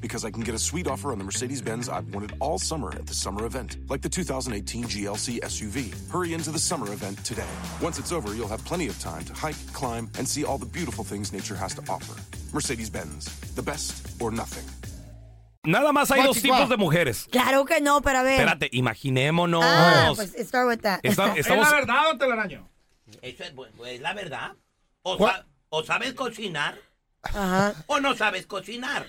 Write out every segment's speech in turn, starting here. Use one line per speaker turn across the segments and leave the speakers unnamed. Because I can get a sweet offer on the Mercedes Benz I've wanted all summer at the summer event, like the 2018 GLC SUV. Hurry into the summer event today. Once it's over, you'll have plenty of time to hike, climb, and see all the beautiful things nature has to offer. Mercedes Benz, the best or nothing.
Nada más hay dos tipos de mujeres.
Claro que no, pero a ver.
Espérate, imaginémonos.
Ah, pues start with that.
Está- estamos-
verdad o te la araño?
Eso es, bu- es la verdad. O,
¿Cuál?
sa- o sabes cocinar
Ajá.
o no sabes cocinar.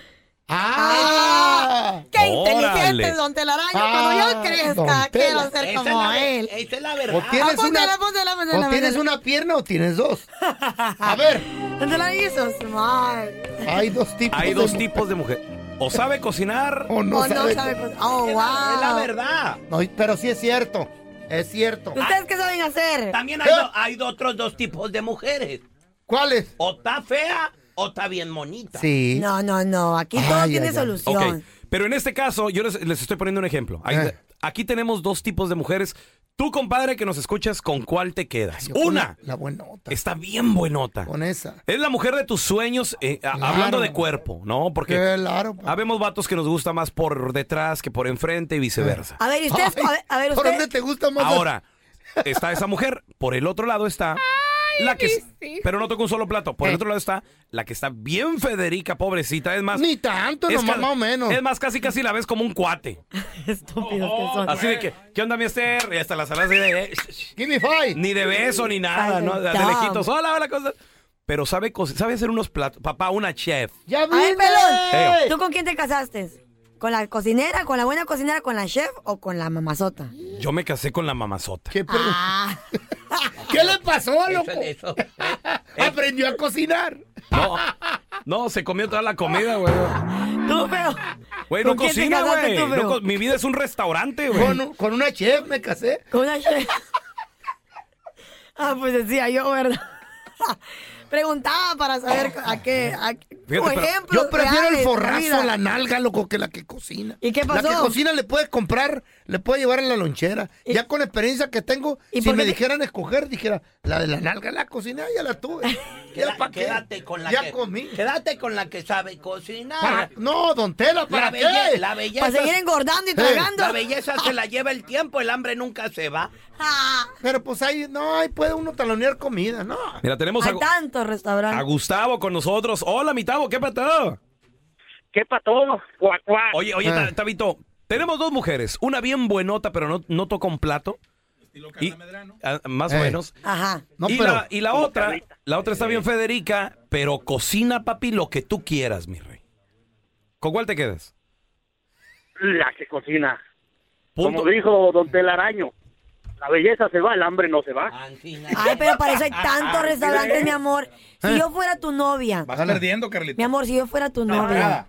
¡Ah!
Qué inteligente
Órale.
es Don Telaraño.
Ah,
Cuando yo crezca,
Don
quiero
Tela.
ser
Esa es
como
la ve-
él.
Eso es la
O
verdad.
tienes,
Póntela,
una,
póntela, póntela.
o tienes
póntela.
una pierna o tienes dos. A ver,
Don Telaraño is so smart.
hay dos tipos.
Hay
de
dos
mu-
tipos de mujeres. O sabe cocinar.
O no,
oh, no
sabe-
sabe cos- Oh,
Es
wow.
la- es la verdad.
No, pero sí es cierto. Es cierto.
¿Ustedes qué saben hacer?
También hay,
¿Eh?
do- hay do- otros dos tipos de mujeres.
¿Cuáles?
O está fea o está bien bonita.
Sí.
No, no, no. Aquí todo
Ay,
tiene
ay, ay.
Ok.
solución.
Pero en este caso, yo les, les estoy poniendo un ejemplo. Ahí-
Eh.
Aquí tenemos dos tipos de mujeres. Tú, compadre, que nos escuchas, ¿con cuál te quedas?
Yo con
Una
La, la buenota.
está bien buenota.
Con esa.
Es la mujer de tus sueños, eh, a-
Claro.
hablando de cuerpo, ¿no? Porque
Claro. pa.
habemos vatos que nos gusta más por detrás que por enfrente y viceversa.
A ver, ¿y ustedes?
Ay,
a ver, a ver,
¿Por
ustedes-
dónde te gusta más?
Ahora, está esa mujer. Por el otro lado está la que. Pero no toca un solo plato. Por el
Eh.
otro lado está la que está bien Federica, pobrecita. Es más.
Ni tanto,
es
nomás
ca-
más o menos.
Es más, casi casi la ves como un cuate.
Estúpidos
Oh,
que son.
Así de que, ¿qué onda, mi Esther? Y hasta la sala así de. eh,
Give me five.
ni de beso ni nada, ¿no? De, de
Dumb.
lejitos. Hola, hola, cosa. Pero sabe, co- sabe hacer unos platos. Papá, una chef.
Ya
A
vine.
ver, pelón.
Ey.
¿Tú con quién te casaste? ¿Con la cocinera, con la buena cocinera, con la chef o con la mamazota?
Yo me casé con la mamazota.
¿Qué, pre-
Ah.
¿Qué le pasó,
Eso
loco?
es eso. Eh,
Aprendió a cocinar.
No, no, se comió toda la comida, güey.
Tú, feo.
Güey, no
¿Con quién te
cocina,
casaste
güey.
tú,
No
feo?
co- mi vida es un restaurante, güey.
Con, con una chef me casé.
Con una chef. ah, pues decía yo, ¿verdad? Preguntaba para saber a qué. A,
pero
por ejemplo,
Yo prefiero el forrazo,
forrazo
la nalga, loco, que la que cocina.
¿Y qué pasó?
La que cocina le puede comprar, le puede llevar en la lonchera.
¿Y-
Ya con la experiencia que tengo,
¿Y
si
por
me
qué te-
dijeran escoger, dijera, la de la nalga, la cocina, ya la tuve.
Queda-
¿Ya pa' qué?
quédate con la
Ya
que
comí.
quédate con la que sabe cocinar.
Para-
Ah,
No, don Tela,
La,
¿para
belle-
qué?
la belleza,
Para seguir engordando y
Eh,
tragando.
la belleza se la lleva el tiempo, el hambre nunca se va.
Ah,
Pero pues ahí, no, ahí puede uno talonear comida, no.
Mira, tenemos a,
hay
Gu-
tantos
a
restaurantes.
Gustavo con nosotros. Hola, mi Tavo, ¿qué pasó?
¿Qué para todo? Cuac, cuac.
Oye, oye,
Ah.
Ta- Tabito, tenemos dos mujeres. Una bien buenota, pero no, no toca un plato. Y- ah, más o
Eh.
menos.
Ajá.
No,
y,
pero
la, y la otra, la otra está bien Federica, pero cocina, papi, lo que tú quieras, mi rey. ¿Con cuál te quedas?
La que cocina.
Punto.
Como dijo don Telaraño, la belleza se va, el hambre no se
Ah.
Ah,
va.
Ancina.
Ay, pero para eso hay tantos restaurantes, mi amor. Si yo fuera tu novia,
Ala.
mi amor, si yo fuera tu novia,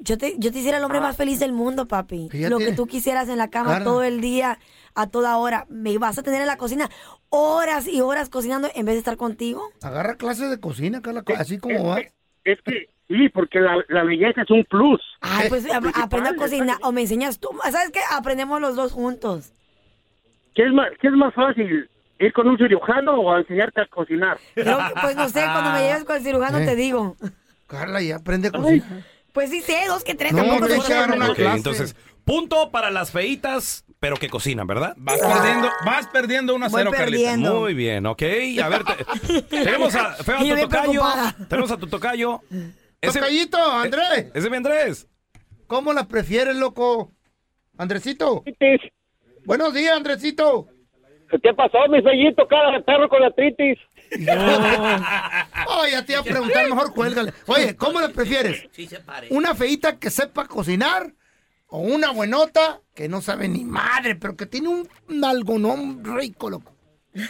yo te, yo te hiciera el hombre más feliz del mundo, papi.
Ah. Fíjate.
Lo que tú quisieras en la cama
Carla.
todo el día, a toda hora. Me vas a tener en la cocina horas y horas cocinando en vez de estar contigo.
Agarra clases de cocina, Carla, Ah, así
Es
eh,
como va.
que- Es que, sí, porque la, la belleza es un plus.
Ay, pues a-
principal,
aprende a cocinar
exacto.
o me enseñas tú. ¿Sabes qué? Aprendemos los dos juntos.
¿Qué es más, qué es más fácil? ir con un cirujano o a enseñarte a cocinar.
Creo que, pues no sé, cuando me lleves con el cirujano
Eh.
te digo.
Carla, ya aprende a cocinar.
Pues sí sé, dos que tres,
No,
tampoco
hombre,
soy
hay que agarrar
buena.
una
Ok,
clase.
entonces, punto para las feitas, pero que cocinan, ¿verdad?
Vas perdiendo, vas perdiendo 1 a
Voy
0, Carlita.
perdiendo.
Muy bien, ok. A ver, te- tenemos a feo a
Y yo
tu
bien
tocayo.
preocupada.
Tenemos a tu tocayo.
Tocayito,
eh,
Andrés,
Ese es mi Andrés.
¿cómo la prefieres, loco? Andresito.
Tritis.
Buenos días, Andresito.
¿Qué pasó, mi fellito, cara de perro con la tritis?
Oye, ya te iba a preguntar, mejor cuélgale. Oye, ¿cómo la prefieres?
Sí se parece.
¿Una feita que sepa cocinar o una buenota que no sabe ni madre, pero que tiene un algonón rico, loco?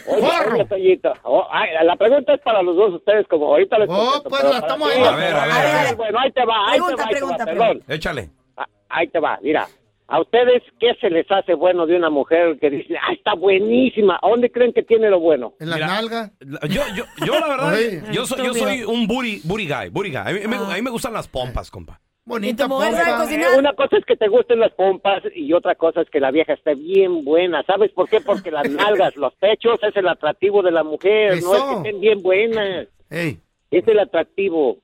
Oye,
Porro.
oye, Fellito. Oh, ay, la pregunta es para los dos ustedes, como ahorita les
Oh,
contesto,
pues,
pero
la
para
estamos
ti-
ahí.
A ver, a ver, a ver.
Bueno, ahí te va, ahí
Pregunta,
te va, ahí te va,
pregunta,
perdón.
Échale.
Ah, Ahí te va, mira. ¿A ustedes qué se les hace bueno de una mujer que dice, ah, está buenísima? ¿A dónde creen que tiene lo bueno?
En la
Mira.
nalga.
La- Yo, yo, yo la verdad,
Oye.
yo soy, yo soy un booty, booty guy, booty guy. A mí, me,
Ah.
a mí me gustan las pompas, compa.
Bonita
¿Y tu mujer
pompa.
sabe
Eh,
cocinar?
Una cosa es que te gusten las pompas y otra cosa es que la vieja esté bien buena. ¿Sabes por qué? Porque las nalgas, los pechos es el atractivo de la mujer, no es que
Eso.
estén bien buenas.
Ey.
Es el atractivo.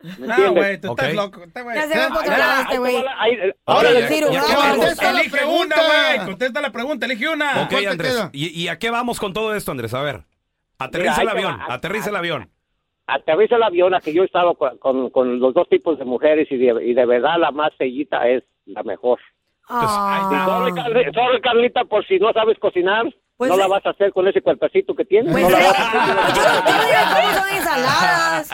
¿Me
No,
entiendes?
Ah, güey, tú
Ok.
estás loco. Este güey.
Ya se va por otro lado este güey.
Ahí- ahí-
Ahora
ahora
le
tiro,
ya
ya
contesta
vamos.
la
Elige una,
pregunta.
güey. Contesta la pregunta, elige una.
Ok,
¿cuál te
Andrés.
queda?
¿Y, y a qué vamos con todo esto, Andrés? A ver. Aterriza
ahí
el
te
avión,
va.
aterriza el avión.
aterriza el avión a que yo he estado con, con- con los dos tipos de mujeres y de, y de verdad la más sellita es la mejor.
Pues,
Y sorry,
Ah.
Carli- sorry, Carlita, por si no sabes cocinar,
Pues
no la
eh.
sí.
vas a hacer con ese cuerpecito que tienes.
Pues sí.
no la
Oye,
vas a hacer.
yo no digo cómo son ensaladas.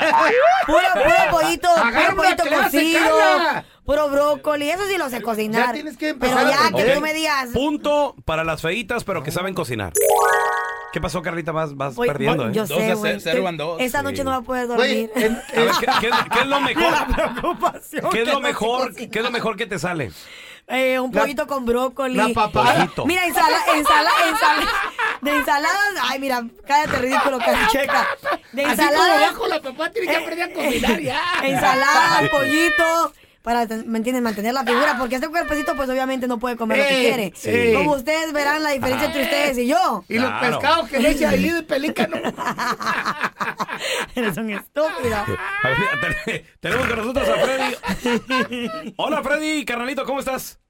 Puro, puro pollito,
Agarra
puro pollito
una clase,
cocido,
Carla.
puro brócoli. Eso sí lo sé cocinar.
Ya tienes que empezar
Pero ya,
a
Ah, que
Ok.
tú me digas.
Punto para las feitas, pero que saben cocinar. ¿Qué pasó, Carlita? Vas, vas
Voy-
perdiendo,
voy-
¿eh?
Yo
Dos a
sé, güey.
cero, cero van dos,
Esta
sí.
noche no va a poder
Güey,
dormir.
en-
A ver, ¿qué, qué, qué es lo mejor?
preocupación
¿Qué es
que
lo
no sé
mejor?
cocinar.
¿Qué es lo mejor que te sale?
Eh, un pollito con brócoli.
la papaya.
Pollito.
Mira, ensala, ensala, ensala, de ensaladas. Ay, mira, cállate ridículo, casi checa. De
Así como
ensaladas.
bajo la papá tiene que aprender a cocinar ya.
Ensaladas, pollito. Para, ¿me entiendes? Mantener la figura, porque este cuerpecito, pues obviamente no puede comer lo que
Eh,
quiere.
sí.
Como ustedes verán la diferencia entre ustedes y yo.
Y los
Claro.
pescados que le echa ahí de pelícano.
Eres un estúpido.
A ver, ten- tenemos con nosotros a Freddy. Hola, Freddy, carnalito, ¿cómo estás?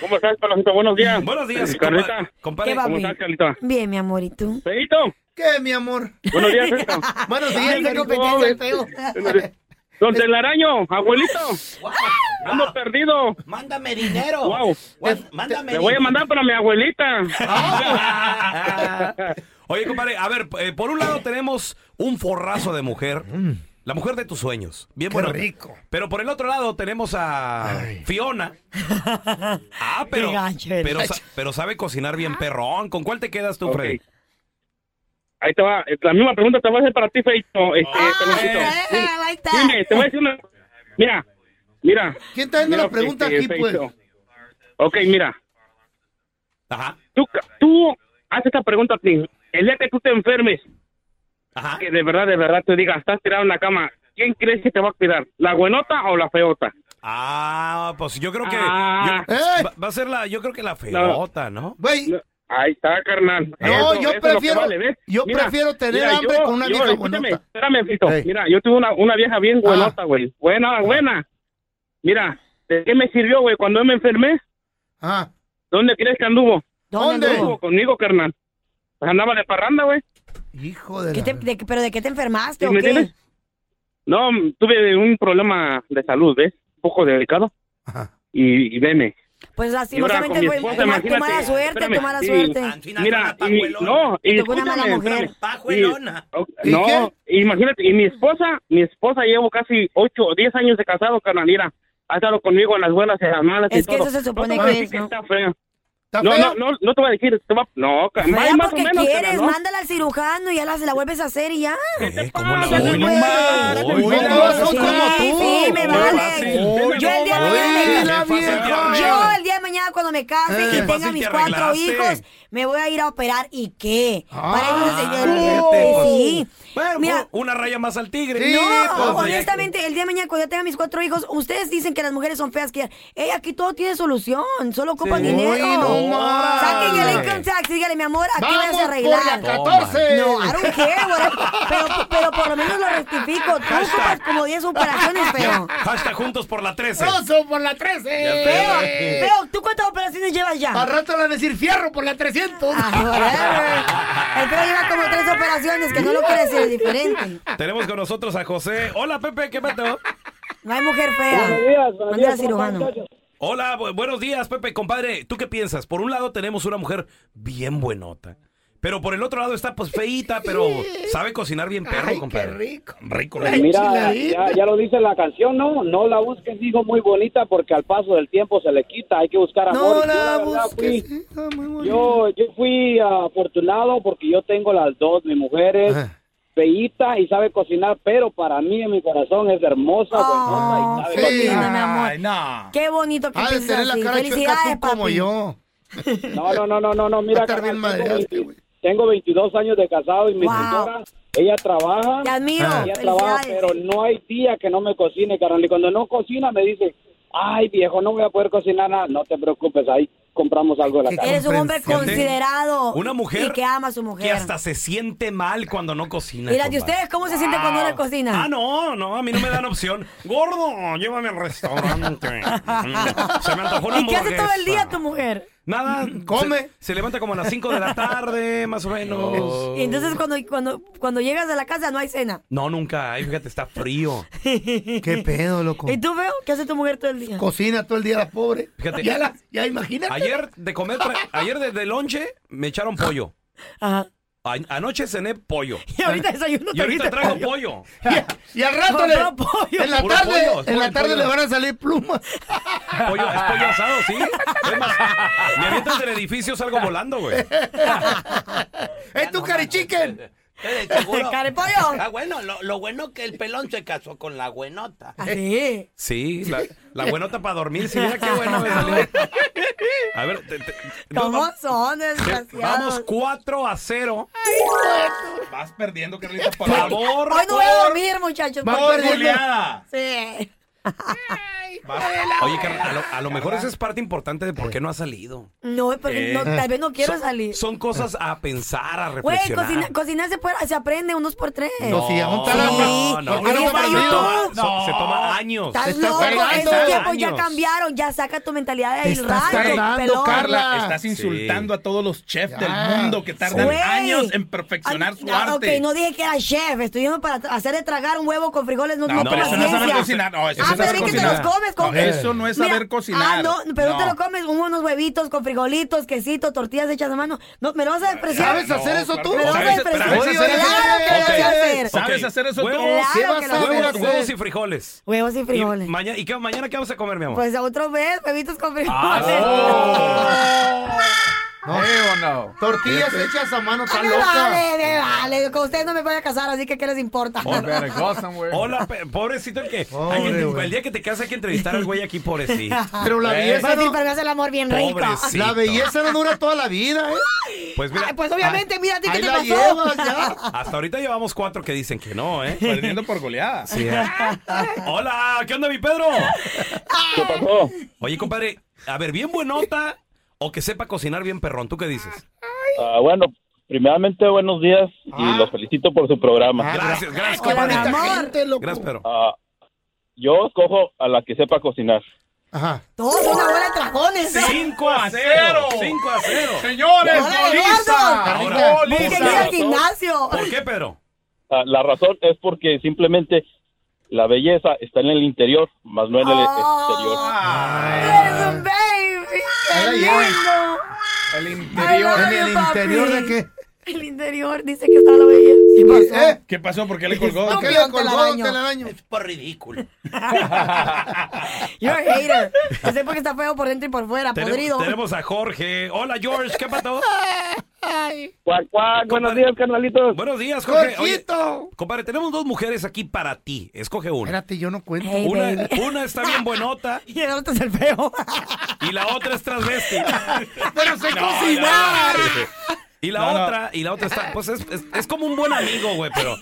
¿Cómo estás, Palomita? Buenos días.
Buenos días,
Carlita.
compa- compadre.
¿Qué va?
¿Cómo
Papi.
estás, Carlita?
Bien, mi amor, ¿y tú?
Feito.
¿Qué, mi amor?
Buenos días, Feito.
Buenos días,
Ay, qué
cariño.
competencia, el
feo.
Don Telaraño, abuelito,
Guau,
Ah.
ando perdido.
Mándame dinero.
Guau.
Guau,
Te-
Mándame
Le voy a mandar para mi abuelita.
Oye, compadre, a ver, eh, por un lado tenemos un forrazo de mujer. La mujer de tus sueños. Bien
Qué
bueno.
rico.
Pero por el otro lado tenemos a Fiona. Ah, pero,
Qué gancho eres. Ah.
pero, sa- pero sabe cocinar bien perrón. ¿Con cuál te quedas tú,
Ok.
Freddy?
Ahí te va. La misma pregunta te voy a hacer para ti, Feito. Este, Peloncito.
eh,
Ah, I like that.
Dime, te voy a decir una. Mira, mira.
¿Quién está haciendo
Mira,
la pregunta
este,
aquí, pues?
Feito. Ok, mira.
Ajá,
Tú, tú haz esta pregunta a ti. El día que tú te enfermes,
ajá.
que de verdad, de verdad te digas, estás tirado en la cama, ¿quién crees que te va a cuidar? ¿La buenota o la feota?
Ah, pues yo creo que...
Ah.
yo-
¡Eh!
va, va a ser la... Yo creo que la feota, ¿no?
Güey,
Ahí está, carnal.
No, yo
es lo
prefiero-
que ¿ves?
yo prefiero tener hambre con una vieja
escúchame,
buenota.
Espérame, Fito.
Ey. Ah.
Mira, yo tuve una, una vieja bien buenota, güey. Buena, buena. Mira, ¿de qué me sirvió, güey? Cuando yo me enfermé,
ah,
¿dónde crees que anduvo?
¿dónde?
Anduvo conmigo, carnal. Pues andaba de parranda, güey.
Hijo de
¿Qué
la...
te- de- ¿Pero de qué te enfermaste
¿Sí
o
me
qué?
entiendes? No, m- tuve un problema de salud, ¿ves? Un poco delicado.
Ajá.
Y, y veme.
Pues
Y ahora con
lastimosamente
mi
fue
esposa,
tu ma- tu
imagínate.
mala suerte, tu
Espérame,
mala
sí.
suerte.
Ancina,
Mira,
una
y,
pajuelona.
no, y
Te tocó una mala
escúchame,
mujer.
espérame.
Pajuelona.
Ok,
¿Y
No,
qué?
imagínate, y mi esposa, mi esposa llevo casi 8 o 10 años de casado, carnal, mira, ha estado conmigo en las buenas y en las malas
Es
y
que
todo.
eso se supone
no te voy a
que
decir
es, ¿no?
está fea.
¿Está
No,
feo?
no, no, no te voy a decir, te va- no, ca-
Vaya
más, más o
porque
menos.
quieres,
carnal, ¿no?
mándala al cirujano y ya la, se la vuelves a hacer y ya. Ah,
Eh, ¿Cómo la
pasa,
voy?
güey?
No más.
Uy,
Uy,
no,
no,
son
sí,
como tú.
sí, me
Qué
vale.
fácil.
Yo el día de mañana-
Uy, qué fácil.
Yo el día de mañana ya cuando me case
Eh.
y tenga
Fácil
mis
te
cuatro
arreglaste.
hijos, me voy a ir a operar y qué.
Ah,
Para eso se-
fíjate, pues.
Sí. pues,
Bueno,
Mira,
oh,
una raya más al tigre.
pues,
no, honestamente, el día de mañana cuando yo tenga mis cuatro hijos, ustedes dicen que las mujeres son feas, que ey, aquí todo tiene solución, solo ocupan
Sí.
dinero.
Uy, no más.
Saquen el income tax, dígale, mi amor, aquí
Vamos
vas a
por
arreglar.
la 14.
No, I don't care, whatever. pero, pero por lo menos lo rectifico. Tú ocupas como 10 operaciones, feo.
Hashtag juntos por la 13.
Oso por la 13.
estoy.
Feo, Eh. ¿tú cuántas operaciones llevas ya?
Al rato le van a decir fierro por la 300.
Ah, whatever. El feo lleva como tres operaciones, que no lo quiere decir diferente.
Tenemos con nosotros a José. Hola, Pepe, ¿qué pasó?
No hay mujer fea.
Buenos días, buenos días,
Manda
¿cómo
al
están,
cirujano.
muchachos?
Hola, bu- buenos días, Pepe. Compadre, ¿tú qué piensas? Por un lado tenemos una mujer bien buenota. Pero por el otro lado está pues feíta, pero sabe cocinar bien perro,
Ay, qué
compadre.
rico.
Rico,
Ay,
rico.
Mira,
Enchiladita.
ya, ya lo dice la canción, ¿no? No la busques, digo, muy bonita, porque al paso del tiempo se le quita. Hay que buscar amor.
No
Y yo,
la
verdad,
busques.
fui-
Ah, muy bonito.
Yo, yo fui ah, afortunado porque yo tengo las dos, mi mujer es
Ah.
feíta y sabe cocinar, pero para mí en mi corazón es hermosa,
Oh,
Ah.
buenota y sabe
qué
sí.
lindo, mi amor.
Ay, no.
Qué bonito que
Ha de
pienses
tener la
así.
cara chueca
Felicidades,
tú como
papi.
yo.
No, no, no, no, no, no, mira,
Va a estar bien
carnal, tengo,
madreado este
20
güey.
tengo 22 años de casado y mi
Wow.
señora, ella trabaja,
Te admiro.
Ah.
ella trabaja,
Felicidades.
pero no hay día que no me cocine, carnal, y cuando no cocina me dice, ay, viejo, no voy a poder cocinar nada, no te preocupes, ahí compramos algo de la
¿Qué
casa.
Eres un hombre
Comprensión.
considerado.
Una mujer
Y que ama a su mujer.
Que hasta se siente mal cuando no cocina.
¿Y las de
compadre.
ustedes cómo se siente cuando la cocina?
Ah, no, no, a mí no me dan opción. Gordo, llévame al restaurante. Mm, Se me antojó una
¿Y qué hace todo el día
hamburguesa.
tu mujer?
Nada,
Come.
Se, se levanta como a las 5 de la tarde, más o menos.
Y entonces cuando, cuando, cuando llegas a la casa no hay cena.
No, nunca. Ay, fíjate, está frío.
¿Qué
Eh,
pedo, loco?
¿Y tú, veo ¿Qué hace tu mujer todo el día?
Cocina todo el día la pobre.
Fíjate.
Ya, la, ya imagínate.
Ayer de comer, tra- ayer desde lonche me echaron pollo.
Ajá.
A- anoche cené pollo.
Y ahorita desayuno
Y ahorita
trajiste
traigo
pollo.
pollo.
Y al rato le,
Compró pollo.
en la
Puro
tarde,
pollo,
en
puro
la tarde
pollo.
le van a salir plumas.
Pollo, es pollo asado, sí. Es más, me avientas del edificio, salgo volando, güey.
¡Eh, tú, cari chicken!
¿Qué de seguro?
Carepollo.
Ah, bueno, lo, lo bueno que el pelón se casó con la buenota.
Ah,
Eh, Sí,
Así.
la, la buenota para dormir. Sí, mira qué bueno me salió. A ver, te- te-
¿Cómo
nos
son,
va-
desgraciados?
Vamos 4 a 0.
Vas perdiendo, Carlita, por
Por
favor.
favor.
Hoy no voy a dormir, muchachos.
Va
porque-
perdiendo. Ah,
Goleada.
Sí.
Vas-
Oye, Carla, a lo, a lo mejor esa es parte importante de por qué no ha salido.
No, pero no, tal vez no quiero salir.
Eh, Son cosas a pensar, a
Güey,
reflexionar.
cocina- cocinar se, puede- se aprende unos por tres.
No, sí, aguanta la-
no, no,
Sí,
no,
ahí está
se, toma,
YouTube.
so- se toma años.
Estás
Está
loco,
fregando.
esos tiempos ya
Años.
cambiaron, ya saca tu mentalidad
Te
del
estás
rato,
fregando,
pelón.
Carla.
Carla, estás insultando a todos los chefs del
Ya.
mundo que tardan
Güey.
años en perfeccionar
Ah,
su
ah,
arte.
Ok, no dije que era chef, estoy diciendo para tra- hacerle tragar un huevo con frijoles, no, no,
No, pero
toma
eso no es saber
ciencia.
cocinar. No, eso
ah,
no es saber
pero es que te
cocinar.
los comes con...
No, eso no es
Mira,
saber cocinar.
Ah, no, pero no.
No.
te lo comes con unos huevitos con frijolitos, quesito, tortillas hechas a mano. No, me lo vas a despreciar.
¿Sabes hacer eso tú?
Me lo vas a
¿Sabes-
despreciar.
sabes
Claro
hacer eso?
que lo sé
Ok.
hacer.
Ok.
¿Sabes hacer eso tú?
Huevos,
Claro que
¿Qué
lo
vas a
sé
huevos,
hacer.
hacer?
huevos y frijoles.
Huevos y frijoles.
Y, mañana, ¿Y qué, mañana qué vamos a comer, mi amor?
Pues a otra vez, huevitos con frijoles.
Ah,
No. Tortillas hechas a mano, está
me
loca.
vale, me vale. Con ustedes no me voy a casar, así que ¿qué les importa?
Hola, pe- pobrecito el que.
Pobre,
hay que-
güey.
el día que te casas hay que entrevistar al güey aquí, pobrecito.
Pero la
Eh,
Va a
belleza
decir,
no,
pero me hace el amor bien rico.
Pobrecito.
la belleza no dura toda la vida, ¿eh?
Pues mira,
Ay, pues obviamente, mira a ti qué
Ahí
te
la
pasó.
llevas ya.
hasta ahorita llevamos cuatro que dicen que no, ¿eh?
Perdiendo por goleada.
Sí, ¿eh? Hola, ¿qué onda, mi Pedro?
¿Qué pasó?
Oye, compadre, a ver, bien buenota o que sepa cocinar bien perrón, ¿tú qué dices?
Ah, bueno, primeramente buenos días y los felicito por su
Ah,
programa.
Gracias, gracias,
Hola,
compadre.
mi amor.
Gente, loco.
Gracias, Pedro.
Ah, yo escojo a la que sepa cocinar.
Ajá.
Todos son una bola de trajones, ¿eh?
5 a 0. 5 a 0.
Señores,
Hola,
goliza.
Eduardo.
Ahora,
Es que ir
Goliza.
al gimnasio.
¿Por qué, Pedro?
Ah, la razón es porque simplemente la belleza está en el interior, más no en el exterior.
Eres un Oh. baby.
Ahí la
Qué
llevas.
lindo.
El
I
interior.
love
¿En el
you, papi.
interior de qué?
El interior dice que está la bella. ¿Qué pasó?
¿Eh?
¿Qué pasó? ¿Por qué le colgó?
¿Por qué
Estúpido,
le colgó
telaraño.
un telaraño?
Es por ridículo.
You're a hater. No sé por qué está feo por dentro y por fuera,
Tenemos,
podrido.
tenemos a Jorge. Hola, George, ¿qué pasó?
Cuac, cuac. Buenos días, carnalitos.
Buenos días, Jorge. Oye, compadre, tenemos dos mujeres aquí para ti. Escoge una.
Espérate, yo no cuento.
una, una está bien buenota.
y el otro es el feo.
Y la otra es transvesti.
Pero sé
No,
cocinar.
no, no. Y la
No, no.
otra, y la otra está, pues es, es- es como un buen amigo, güey, pero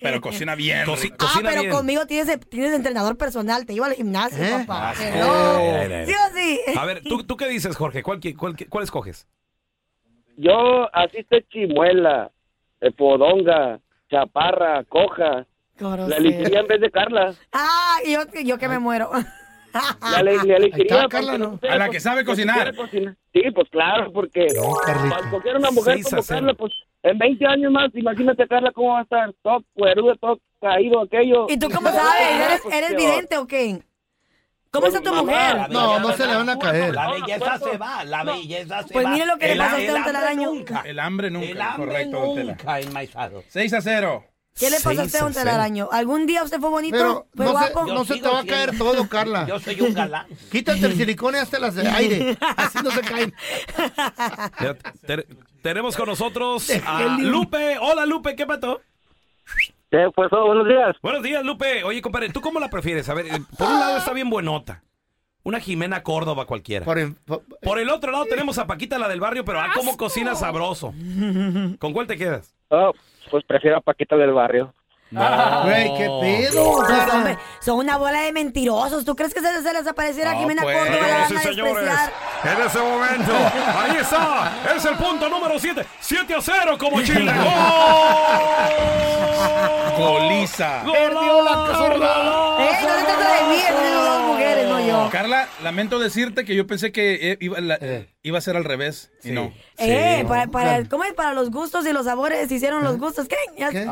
Pero cocina bien.
coci-
rico.
Ah,
cocina
pero
bien.
conmigo tienes, tienes entrenador personal. Te llevo al gimnasio,
¿Eh?
papá.
Ay,
Hello.
ay, ay,
¿Sí
ay.
o sí?
Eh, A ver, ¿tú, tú qué dices, Jorge? ¿Cuál, qui- cuál, qui- cuál escoges?
Yo así esté chimuela, eh, podonga, chaparra, coja. La elegiría en vez de Carla.
Ah, y yo, yo que me muero.
La, le, la elegiría
está,
porque
Carla, ¿no?
sé,
A la
pues,
que sabe
porque
cocinar.
quiere cocinar. Sí, pues claro, porque
No, Carlita.
para escoger una mujer
Seis a
como
cero.
Carla, pues en 20 años más, imagínate Carla cómo va a estar, todo cuerudo, todo caído, aquello.
¿Y tú cómo sabes? ¿Eres,
Pues,
eres
peor.
vidente o qué? ¿Cómo está tu
Mamá,
mujer?
la
No, no
belleza
se le van a caer.
La belleza se va, la belleza se
Pues
va.
mira lo que le
El
pasó a
hambre-
este don
el hambre
Telaraño.
Nunca,
El hambre nunca.
el hambre
correcto, don Tela.
nunca enmaizado.
6 a 0.
¿Qué le pasó a
Seis
este
a
don
cero.
Telaraño? ¿Algún día usted fue bonito?
Pero
¿Fue
no sé-
guapo?
no se te va a caer todo, Carla.
Yo soy un galán.
Quítate el silicone hasta las de aire. Así no se caen.
Ya te- tenemos con nosotros a Lupe. Hola, Lupe, ¿qué pato?
¿Qué pasó? Buenos días.
Buenos días, Lupe. Oye, compadre, ¿tú cómo la prefieres? A ver, eh, por un lado está bien buenota. Una Jimena Córdoba cualquiera.
Por en- por-
Por el otro lado tenemos a Paquita, la del barrio, pero ah, cómo cocina sabroso. ¿Con cuál te quedas?
Ah, pues prefiero a Paquita del barrio.
Güey, qué pedo.
Pues,
Sara.
hombre, son una bola de mentirosos. ¿Tú crees que se, se les apareciera
No,
Jimena
pues.
Córdoba? La
Señoras
van
y
a
señores,
despreciar.
en ese momento, ahí está, es el punto número 7, 7 a 0 como Chile. ¡Gol!
Goliza.
¡Perdió la Carla!
¡Ey, Eh, no se trata de mí! Esas son dos mujeres, no yo.
Carla, lamento decirte que yo pensé que eh, iba, la- iba a ser al revés. Y no.
Eh, para, para, ¿Cómo es? Para los gustos y los sabores se hicieron los gustos. ¿Qué? Ya-
¿Eh? ¿Qué?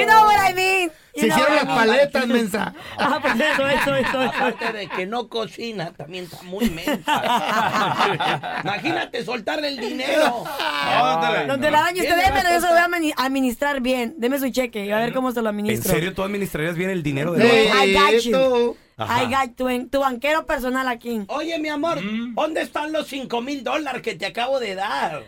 You know what I mean. You
Se
know
hicieron
what I
las
mean.
paletas, mensa.
Ah, pues eso, eso, eso. eso.
Aparte de que no cocina, también está muy mensa. Imagínate soltarle el dinero.
No, Tela.
Donde la baño usted démelo, yo se lo voy a mani- administrar bien. Deme su cheque y a ver cómo se lo
¿En
administro.
serio tú administrarías bien el dinero de
Eh.
la
I got you.
Esto.
Ay, gat, tu, en- tu banquero personal aquí.
Oye, mi amor,
Mm.
¿dónde están los cinco mil dólares que te acabo de dar?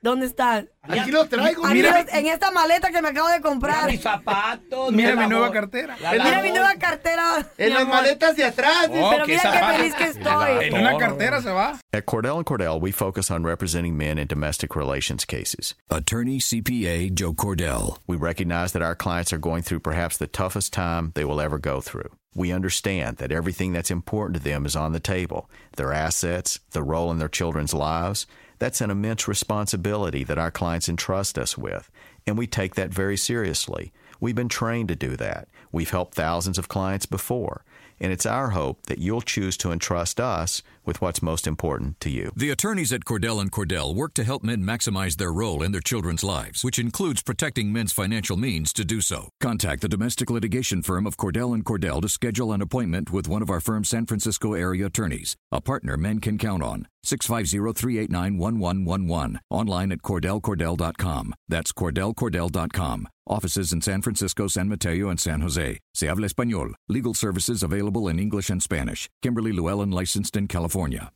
¿Dónde está?
Aquí lo traigo,
Amigos,
mira.
en esta maleta que me acabo de
Mira
comprar.
mis zapatos.
Mira
la
mi nueva
bo-
cartera.
la- la
Mira mi
bo-
nueva cartera.
En
mi
las
amor.
maletas de atrás. dice.
Oh,
Pero
qué
mira qué
zapato.
feliz que estoy.
En una cartera se va.
At Cordell and Cordell, we focus on representing men in domestic relations cases.
Attorney CPA Joe Cordell.
We recognize that our clients are going through perhaps the toughest time they will ever go through. We understand that everything that's important to them is on the table their assets, their role in their children's lives. That's an immense responsibility that our clients entrust us with, and we take that very seriously. We've been trained to do that. We've helped thousands of clients before, and it's our hope that you'll choose to entrust us with what's most important to you.
The attorneys at Cordell and Cordell work to help men maximize their role in their children's lives, which includes protecting men's financial means to do so. Contact the domestic litigation firm of Cordell and Cordell to schedule an appointment with one of our firm's San Francisco area attorneys, a partner men can count on. 650-389-1111. Online at cordellcordell.com. That's cordellcordell.com. Offices in San Francisco, San Mateo, and San Jose. Se habla español. Legal services available in English and Spanish. Kimberly Llewellyn licensed in California.